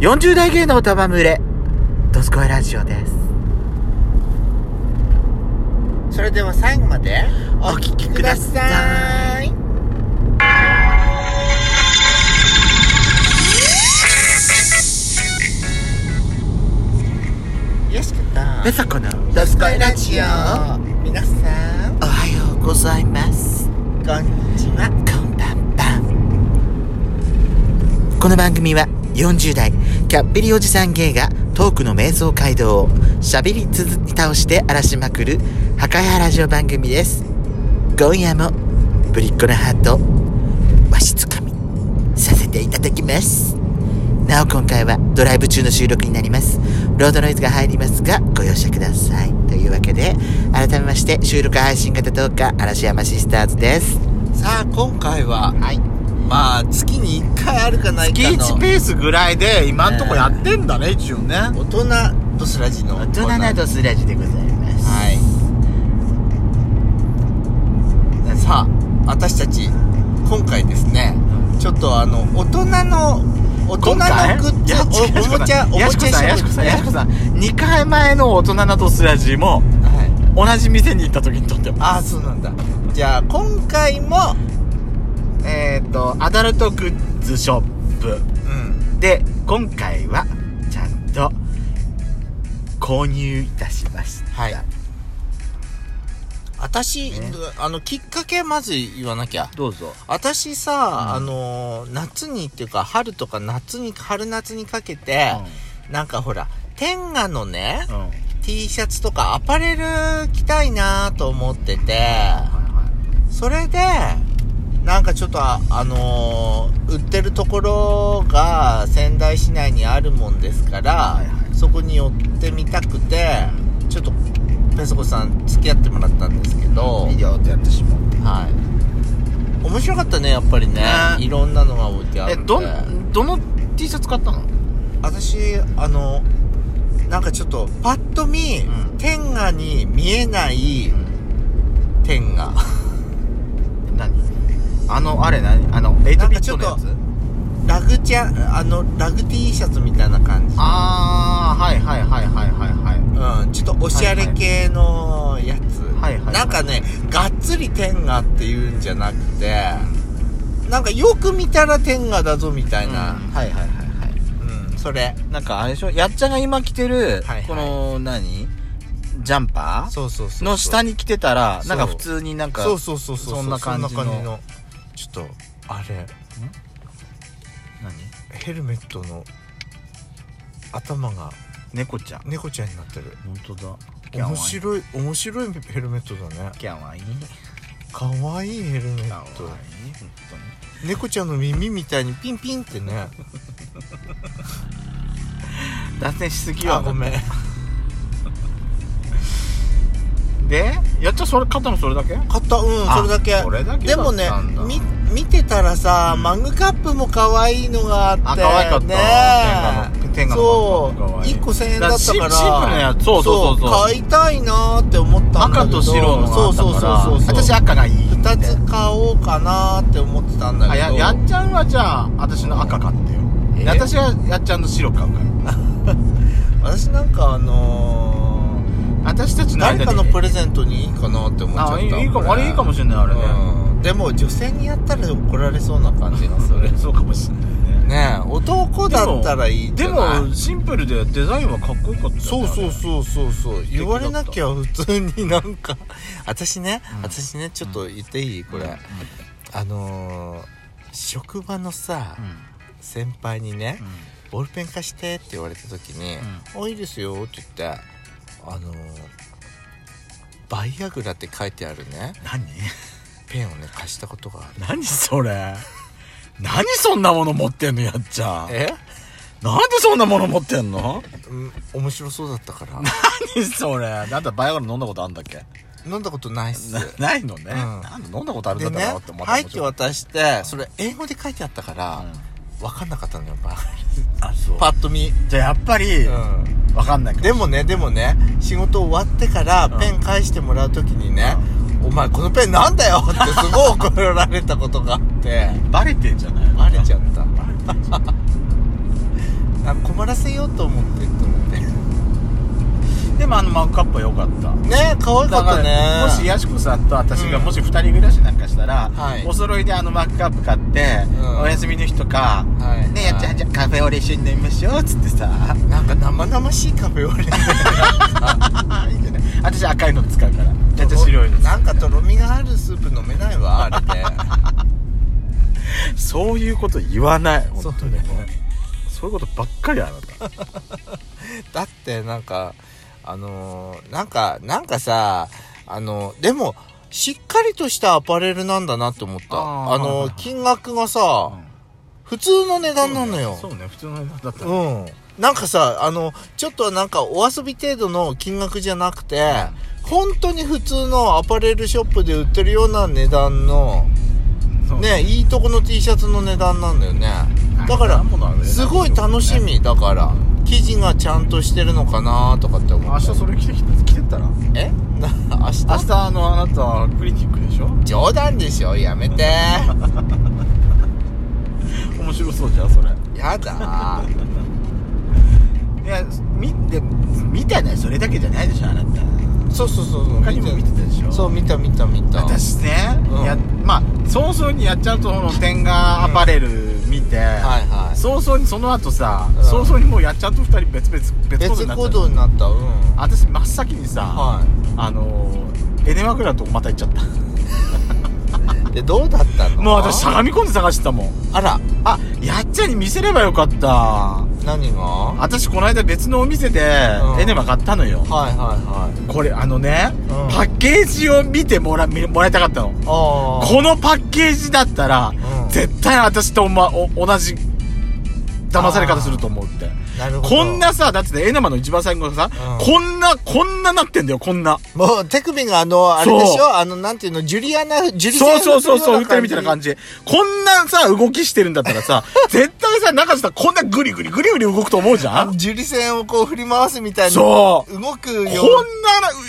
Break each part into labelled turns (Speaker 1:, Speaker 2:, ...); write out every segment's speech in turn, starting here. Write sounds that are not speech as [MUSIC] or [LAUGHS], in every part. Speaker 1: 40代芸能たまむれ、ドスコイラジオです。
Speaker 2: それでは最後まで
Speaker 1: お聞きく
Speaker 2: く
Speaker 1: だ
Speaker 2: だ
Speaker 1: さ
Speaker 2: さ
Speaker 1: い
Speaker 2: い。よしか
Speaker 1: ペ
Speaker 2: と
Speaker 1: サコの
Speaker 2: ドスコイラジオ皆さん
Speaker 1: おはようございます。
Speaker 2: こんにちは
Speaker 1: こんばんばん。この番組は40代キャッピリおじさん芸がトークの瞑想街道を喋り続き倒して荒らしまくる破壊派ラジオ番組です。今夜もぶりっ子のハートわしつかみさせていただきます。なお今回はドライブ中の収録になります。ロードノイズが入りますがご容赦ください。というわけで改めまして収録配信型トーカー嵐山シスターズです。
Speaker 2: さあ今回は、
Speaker 1: はい。
Speaker 2: まあ月に1回あるかないかの
Speaker 3: 月1ペースぐらいで今んとこやってんだね、一応ね
Speaker 2: 大人ドスラジの
Speaker 1: 大人などスラジでございます。
Speaker 2: はい。さあ、私たち、今回ですね、ちょっとあの、大人の、大人のグッズ、おおもちゃ、お
Speaker 3: や
Speaker 2: も
Speaker 3: し
Speaker 2: ち
Speaker 3: こ
Speaker 2: ゃ
Speaker 3: さんやしこさんやしこさん2回前の大人なドスラジも
Speaker 2: はい。
Speaker 3: 同じ店に行った時に撮ってま
Speaker 2: ああ、そうなんだ。じゃあ、今回も、
Speaker 3: すえっ、とアダルトグッズショップ
Speaker 2: うん、
Speaker 3: で今回はちゃんと購入いたしました
Speaker 2: はい。私、あの、きっかけまず言わなきゃ。
Speaker 3: どうぞ
Speaker 2: 私さ、あの、夏にっていうか、春とか夏に、春夏にかけて、なんかほら、天下のね、
Speaker 3: うん、うん
Speaker 2: T シャツとかアパレル着たいなと思ってて、それで、なんかちょっとあ、あのー売ってるところが仙台市内にあるもんですから、
Speaker 3: いは
Speaker 2: そこに寄ってみたくて、ちょっと、ペソコさん付き合ってもらったんですけど、
Speaker 3: ビデオってやってしまう
Speaker 2: はい。面白かったね、やっぱりね。
Speaker 3: ね
Speaker 2: いろんなのが置いてあって。
Speaker 3: えどんどの T シャツ買ったの
Speaker 2: 私あのなんかちょっとパッと見、
Speaker 3: うん
Speaker 2: 天下に見えない天下
Speaker 3: 何あのあれ何あの8ビットのや
Speaker 2: なんか
Speaker 3: つ
Speaker 2: ちょラグちゃんあのラグ T シャツみたいな感じ
Speaker 3: ああはいはいはいはいはいはい
Speaker 2: うん、ちょっとおしゃれ系のやつ、
Speaker 3: はいはい
Speaker 2: なんかねがっつり天下っていうんじゃなくてなんかよく見たら天下だぞみたいな、
Speaker 3: はいはいはいは
Speaker 2: うんそれ
Speaker 3: いなんかあれでしょやっちゃんが今着てる、
Speaker 2: はいはい
Speaker 3: この何ジャンパ
Speaker 2: そうそう
Speaker 3: ー
Speaker 2: そう
Speaker 3: の下
Speaker 2: に
Speaker 3: に着てたら
Speaker 2: そ
Speaker 3: な
Speaker 2: う
Speaker 3: んか普通になんか
Speaker 2: そうそうそうう
Speaker 3: そんな感じの
Speaker 2: そんなちょっとあれ
Speaker 3: 何
Speaker 2: ヘルメットの頭が
Speaker 3: 猫ちゃん
Speaker 2: 猫ちゃんになってる
Speaker 3: 本当だ
Speaker 2: 面
Speaker 3: い
Speaker 2: 白い面白いヘルメットだね
Speaker 3: キャワイイ
Speaker 2: かわいいヘル
Speaker 3: キ
Speaker 2: メ
Speaker 3: ャワ
Speaker 2: ッ
Speaker 3: イイ
Speaker 2: ト
Speaker 3: 本当に
Speaker 2: 猫ちゃんの耳みたいにピンピンってね
Speaker 3: 脱線しすぎ
Speaker 2: あ
Speaker 3: は
Speaker 2: ごめん
Speaker 3: でやっちゃんそれ買ったのそれだけ
Speaker 2: 買ったうん
Speaker 3: あ
Speaker 2: それだけ
Speaker 3: それだけ
Speaker 2: でもね
Speaker 3: だったんだ
Speaker 2: み見てたらさ、マグカップもかわいいのがあって
Speaker 3: あ可愛かった
Speaker 2: ね
Speaker 3: 天下の天下のマグカップ可
Speaker 2: そ
Speaker 3: 愛
Speaker 2: う
Speaker 3: い
Speaker 2: 1個1000円だったから
Speaker 3: だからシシンプルなやつそうそうそうそう
Speaker 2: 買いたいなーって思ったんだ
Speaker 3: 赤
Speaker 2: けど
Speaker 3: と白のがあったから
Speaker 2: そうそうそうそう
Speaker 3: 私赤がいい
Speaker 2: 2つ買おうかなーって思ってたんだ
Speaker 3: あ
Speaker 2: け
Speaker 3: や
Speaker 2: ど
Speaker 3: やっちゃんはじゃあ私の赤買ってよ
Speaker 2: え
Speaker 3: 私はやっちゃんの白買うから
Speaker 2: 私なんかあの
Speaker 3: 私たち
Speaker 2: ー、
Speaker 3: の間
Speaker 2: 誰
Speaker 3: で
Speaker 2: かのプレゼントにいいかなって思っちゃった
Speaker 3: あいいいいかも
Speaker 2: こ
Speaker 3: あれいいかもしれないあれね
Speaker 2: うんでも女性にやったら怒られそうな感じがす
Speaker 3: [LAUGHS]
Speaker 2: る
Speaker 3: そうかもしれないね
Speaker 2: ねえ男だったらいいんじ
Speaker 3: で
Speaker 2: ゃない
Speaker 3: もシンプルでデザインはかっこよかったよね
Speaker 2: そうそう
Speaker 3: あ
Speaker 2: そうそうそう言われなきゃ普通になんか [LAUGHS] 私ね、
Speaker 3: うん
Speaker 2: 私ねちょっと言っていいこれ、
Speaker 3: うん
Speaker 2: あのー職場のさ、
Speaker 3: れうん
Speaker 2: 先輩にね、ボールペン貸してって言われた時に「あいいですよ」って言ってあの「バイアグラ」って書いてあるね
Speaker 3: 何 [LAUGHS]
Speaker 2: ペンをね貸したことがある
Speaker 3: 何それ何そんなもの持ってんのやっちゃん
Speaker 2: え
Speaker 3: なんでそんなもの持ってんの
Speaker 2: うん面白そうだったから
Speaker 3: 何それなんだバイオガル飲んだことあるんだっけ
Speaker 2: 飲んだことないっす
Speaker 3: なないのね、
Speaker 2: ん
Speaker 3: なんで飲んだことあるんだ
Speaker 2: で
Speaker 3: った
Speaker 2: ね
Speaker 3: らって思った
Speaker 2: 入って渡してそれ英語で書いてあったから、分かんなかったのよバイアグ
Speaker 3: あそう
Speaker 2: ラパッと見、
Speaker 3: じゃあやっぱり、わかんないかも
Speaker 2: でもねでもね仕事終わってから
Speaker 3: ん
Speaker 2: ペン返してもらう時にね「お前このペンな
Speaker 3: [LAUGHS]
Speaker 2: んだよ!」ってすごい怒られたことがあって
Speaker 3: バレてんじゃない
Speaker 2: バレちゃった
Speaker 3: バレてんじゃん
Speaker 2: あこかせようと思ってと思って
Speaker 3: でもあのマグカップは良かった
Speaker 2: ね可愛かったね
Speaker 3: もしやしこさんと私が
Speaker 2: うん
Speaker 3: もし2人暮らしなんかしたら、
Speaker 2: はい
Speaker 3: お揃いであのマックカップ買って、
Speaker 2: うん
Speaker 3: お休みの日とか「
Speaker 2: はい
Speaker 3: ねえやっちゃんじゃんカフェオレ一緒に飲みましょう」っつってさ
Speaker 2: なんか生々しいカフェオレ
Speaker 3: いいんじゃない私赤いの使うからやっちゃん白いの
Speaker 2: なんかとろみがあるスープ飲めないわあ
Speaker 3: [LAUGHS]
Speaker 2: れで
Speaker 3: そういうこと言わない
Speaker 2: そう
Speaker 3: 本当にもうそういうことばっかりあなた
Speaker 2: だってなんかあのーなんかなんかさあのでもしっかりとしたアパレルなんだなって思った
Speaker 3: あ
Speaker 2: あ
Speaker 3: ーはい
Speaker 2: の
Speaker 3: はい
Speaker 2: ー金額がさ、
Speaker 3: うん
Speaker 2: 普通の値段なのよ
Speaker 3: そうね普通の値段だったら
Speaker 2: うんなんかさあのちょっとなんかお遊び程度の金額じゃなくて本当に普通のアパレルショップで売ってるような値段の
Speaker 3: そう
Speaker 2: ねいいとこの T シャツの値段なんだよねだか
Speaker 3: あ
Speaker 2: ら
Speaker 3: んなものはね
Speaker 2: すごい楽しみだから生地がちゃんとしてるのかなとかって思
Speaker 3: 明
Speaker 2: っ
Speaker 3: 日
Speaker 2: た
Speaker 3: それ着てきた着てったら
Speaker 2: え [LAUGHS] な明日
Speaker 3: 明日あのあなたクリニックでしょ
Speaker 2: 冗談でしょ
Speaker 3: [LAUGHS]
Speaker 2: やめて
Speaker 3: 面白そうじゃんそれ
Speaker 2: やだ
Speaker 3: いや見で見たねそれだけじゃないでしょあなた
Speaker 2: そうそうそうそう
Speaker 3: 他にも見てたでしょ
Speaker 2: そう見た見た見た
Speaker 3: 私ね、
Speaker 2: うん
Speaker 3: やまあ早々にやっちゃうとこの天眼アパレル見て、
Speaker 2: はいはい
Speaker 3: 早々にその後さ、
Speaker 2: うん
Speaker 3: 早々にもうやっちゃうと2人別々別行動
Speaker 2: 別
Speaker 3: になっち
Speaker 2: 行
Speaker 3: ゃ
Speaker 2: 動
Speaker 3: う
Speaker 2: になったうん
Speaker 3: 私真っ先にさ、
Speaker 2: は
Speaker 3: あのーエネマグラのとこまた行っちゃ
Speaker 2: [LAUGHS]
Speaker 3: った
Speaker 2: いでどうだったの
Speaker 3: もう私しゃがみ込んで探してたもん
Speaker 2: あら
Speaker 3: あやっちゃんに見せればよかった
Speaker 2: 何がは
Speaker 3: 私この間別のお店で
Speaker 2: うん
Speaker 3: エネマ買ったのよ、
Speaker 2: いはいはい
Speaker 3: これあのね、
Speaker 2: ん
Speaker 3: パッケージを見てもら見もらいたかったの
Speaker 2: ああ
Speaker 3: このパッケージだったら、
Speaker 2: うん
Speaker 3: 絶対私とお,、ま、お同じ騙され方すると思うって
Speaker 2: なるほど
Speaker 3: こんなさだってねエナマの一番最後のさ、
Speaker 2: うん
Speaker 3: こんなこんななってんだよこんな
Speaker 2: もう手首があのあれで
Speaker 3: そ
Speaker 2: し
Speaker 3: う
Speaker 2: ょあのなんていうのジュリアナジュリ
Speaker 3: そうそうそうそう振ってるみたいな
Speaker 2: じ
Speaker 3: 感じこんなさ動きしてるんだったら
Speaker 2: [LAUGHS]
Speaker 3: さ絶対さ中さこんなグリグリグリグリ動くと思うじゃん
Speaker 2: 樹里線をこう振り回すみたいに
Speaker 3: そう
Speaker 2: 動く
Speaker 3: こんな
Speaker 2: よう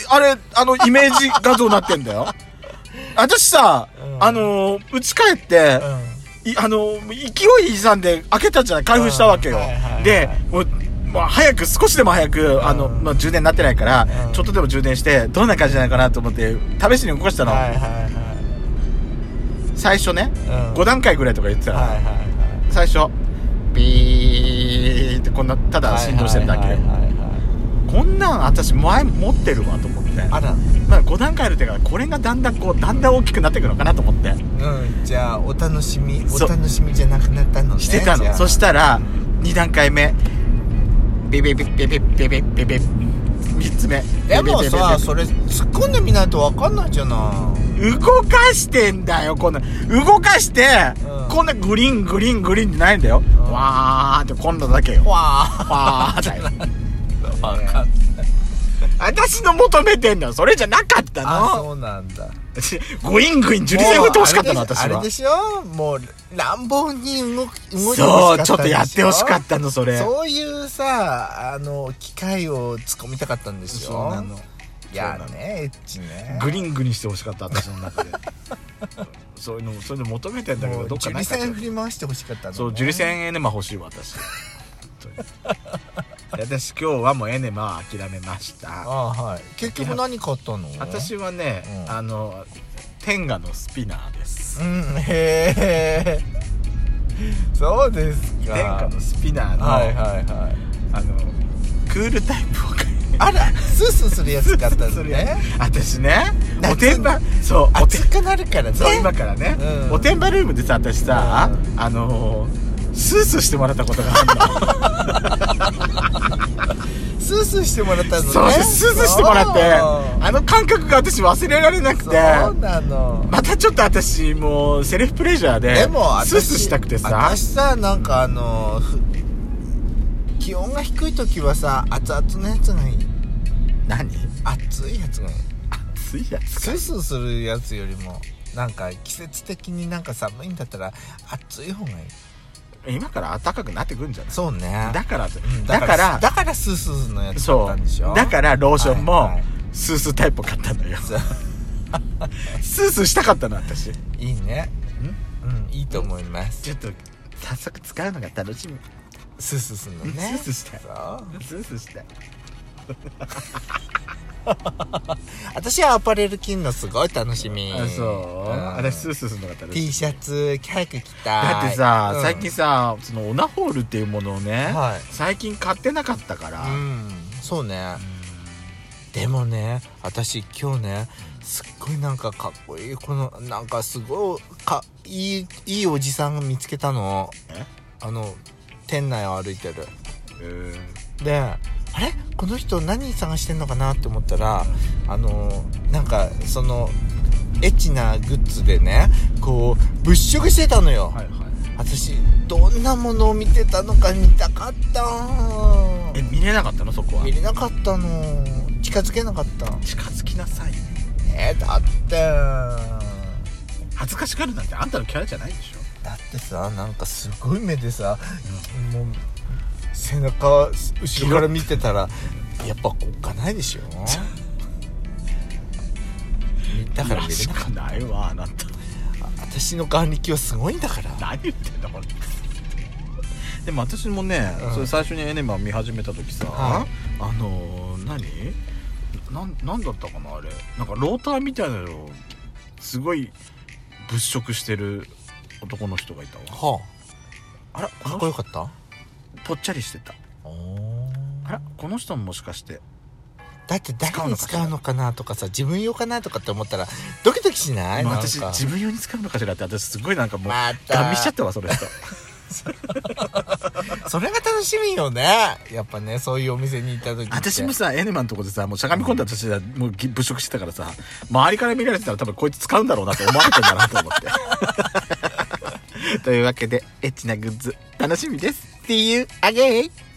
Speaker 3: あれあのイメージ画像になってんだ
Speaker 2: [LAUGHS]
Speaker 3: よ私さ、
Speaker 2: うん
Speaker 3: あのー、家帰って、
Speaker 2: うん
Speaker 3: いあの勢い遺産で開けたじゃない開封したわけよ、
Speaker 2: うんはいはいはい
Speaker 3: でもうもう早く少しでも早く、あのまあ、充電になってないから、
Speaker 2: うん
Speaker 3: ちょっとでも充電してどんな感じなのかなと思って試しに動かしたの、
Speaker 2: はいはいは
Speaker 3: 最初ね、
Speaker 2: うん
Speaker 3: 5段階ぐらいとか言ってた
Speaker 2: い
Speaker 3: の、
Speaker 2: はいは
Speaker 3: 最初ビーってこんなた
Speaker 2: い
Speaker 3: だ振動してるだけ、
Speaker 2: はいはいはいはい
Speaker 3: こんなん私前持ってるわと思って
Speaker 2: あら
Speaker 3: まあ、5段階あるってからこれがだんだんこうだんだん大きくなっていくのかなと思って
Speaker 2: うんじゃあお楽しみお
Speaker 3: そう
Speaker 2: 楽しみじゃなくなったのね
Speaker 3: してたのそしてたら2段階目ビビビビビビビビビビ3つ目
Speaker 2: でも
Speaker 3: ビビビ
Speaker 2: さ
Speaker 3: ビビ
Speaker 2: それ突っ込んでみないとわかんないじゃない
Speaker 3: 動かしてんだよこんな動かして、
Speaker 2: うん
Speaker 3: こんなグリーングリーングリーンってないんだよ、
Speaker 2: ん
Speaker 3: わーって今度だけよ
Speaker 2: わあ
Speaker 3: わーって
Speaker 2: わかん
Speaker 3: 私の求めてんだよそれじゃなかった
Speaker 2: あ
Speaker 3: の
Speaker 2: そうなんだ
Speaker 3: 私グイングイン樹里線振ってほしかったの
Speaker 2: もう
Speaker 3: 私は
Speaker 2: あれでしょもう乱暴に動く動いて
Speaker 3: そ
Speaker 2: ほしかったんでし
Speaker 3: うちょっとやってほしかったのそれ
Speaker 2: そういうさあの機械を突っ込みたかったんですよ
Speaker 3: そうなの
Speaker 2: いやねエッチね
Speaker 3: グリングにしてほしかった私の中で [LAUGHS] そういうのそういうの求めてんだけ
Speaker 2: も
Speaker 3: ど
Speaker 2: う
Speaker 3: どっか
Speaker 2: 樹
Speaker 3: な
Speaker 2: 里
Speaker 3: いか
Speaker 2: 線振り回してほしかったの、ね、
Speaker 3: そう樹里線エネマ欲しいわ私本当に私今日はもうエネマは諦めました
Speaker 2: ああはい結局何買ったの
Speaker 3: 私はね、
Speaker 2: うん
Speaker 3: あの天下のスピナーです
Speaker 2: うんへえそうですか
Speaker 3: 天下のスピナーの,、
Speaker 2: はいはいはい
Speaker 3: あのクールタイプを買い
Speaker 2: あらスースーするやつ買ったの
Speaker 3: それ
Speaker 2: ね
Speaker 3: 私ね
Speaker 2: 夏
Speaker 3: おてんばそうおてん
Speaker 2: 熱くなるからね
Speaker 3: そう今からね、
Speaker 2: うん
Speaker 3: おてんばルームでさ私さ、
Speaker 2: う
Speaker 3: あのー、スースーしてもらったことがあるの
Speaker 2: スースーしてもらったのね
Speaker 3: そうスースーしてもらって
Speaker 2: そう
Speaker 3: あの感覚が私忘れられなくて
Speaker 2: そうなの
Speaker 3: またちょっと私もうセルフプレジャーで
Speaker 2: でも私
Speaker 3: スースーしたくてさ
Speaker 2: 私さなんかあのふ気温が低い時はさ熱々のやつがいい
Speaker 3: 何
Speaker 2: 熱いやつがいい
Speaker 3: 暑いやつ
Speaker 2: スースーするやつよりもなんか季節的になんか寒いんだったら熱い方がいい
Speaker 3: 今から暖かくなってくんじゃない
Speaker 2: そうね
Speaker 3: だから
Speaker 2: うん
Speaker 3: だから
Speaker 2: だからスースーのやつだっ
Speaker 3: そ
Speaker 2: たんでしょ
Speaker 3: うだからローション
Speaker 2: はいは
Speaker 3: も
Speaker 2: い
Speaker 3: スースータイプを買ったのよ
Speaker 2: そう
Speaker 3: [LAUGHS] スースーしたかったの私
Speaker 2: いいねうんいいと思います
Speaker 3: ちょっと早速使うのが楽しみ
Speaker 2: スースーすんのね
Speaker 3: スースーしたい
Speaker 2: そう
Speaker 3: スースーしたい
Speaker 2: 私はアパレル着んのすごい楽しみ
Speaker 3: あそう、
Speaker 2: ん
Speaker 3: 私スースーするのが楽しい
Speaker 2: T シャツ早く着たい
Speaker 3: だってさ、
Speaker 2: うん
Speaker 3: 最近さそのオナホールっていうものをね、
Speaker 2: はい
Speaker 3: 最近買ってなかったから、
Speaker 2: うんそうねでもね私今日ねすっごいなんかかっこいいこのなんかすごいかいいいいおじさんを見つけたの
Speaker 3: え
Speaker 2: あの店内を歩いてる
Speaker 3: うん
Speaker 2: であれこの人何探してんのかなって思ったらあのなんかそのエッチなグッズでねこう物色してたのよ、
Speaker 3: はいはい
Speaker 2: 私どんなものを見てたのか見たかった
Speaker 3: え見れなかったのそこは
Speaker 2: 見れなかったの近づけなかった
Speaker 3: 近づきなさい
Speaker 2: えー、だって
Speaker 3: 恥ずかしがるなんてあんたのキャラじゃないでしょ
Speaker 2: だってさなんかすごい目でさ、もう背中後ろから見てたらやっぱおっかないでしょだから見れ
Speaker 3: し
Speaker 2: なか
Speaker 3: か
Speaker 2: っ
Speaker 3: ないわあなた
Speaker 2: た私の眼力はすごいんだから
Speaker 3: 何言ってんだこれでも私もね、
Speaker 2: うん
Speaker 3: それ最初にエネマ見始めた時さ、
Speaker 2: はい
Speaker 3: あのー、何なんなんだったかなあれなんかローターみたいなのをすごい物色してる男の人がいたわ
Speaker 2: は
Speaker 3: あら
Speaker 2: あかっこよかった
Speaker 3: ぽっちゃりしてたあらこの人ももしかして
Speaker 2: だって誰に使うのかなとかさ自分用かなとかって思ったらドキドキしない、
Speaker 3: まあ
Speaker 2: なんか
Speaker 3: 私自分用に使うのかしらって私すごいなんかもう
Speaker 2: また
Speaker 3: ガミしちゃったわそれ
Speaker 2: [LAUGHS]
Speaker 3: 人
Speaker 2: それが楽しみよねやっぱねそういうお店に行った時って
Speaker 3: 私もさエネマのとこでさもうしゃがみ込んだ私はもうぎ物色してたからさ周りから見られてたら多分こいつ使うんだろうなって思われてんだなと思って
Speaker 2: [LAUGHS]
Speaker 3: というわけでエッチなグッズ楽しみです See you again!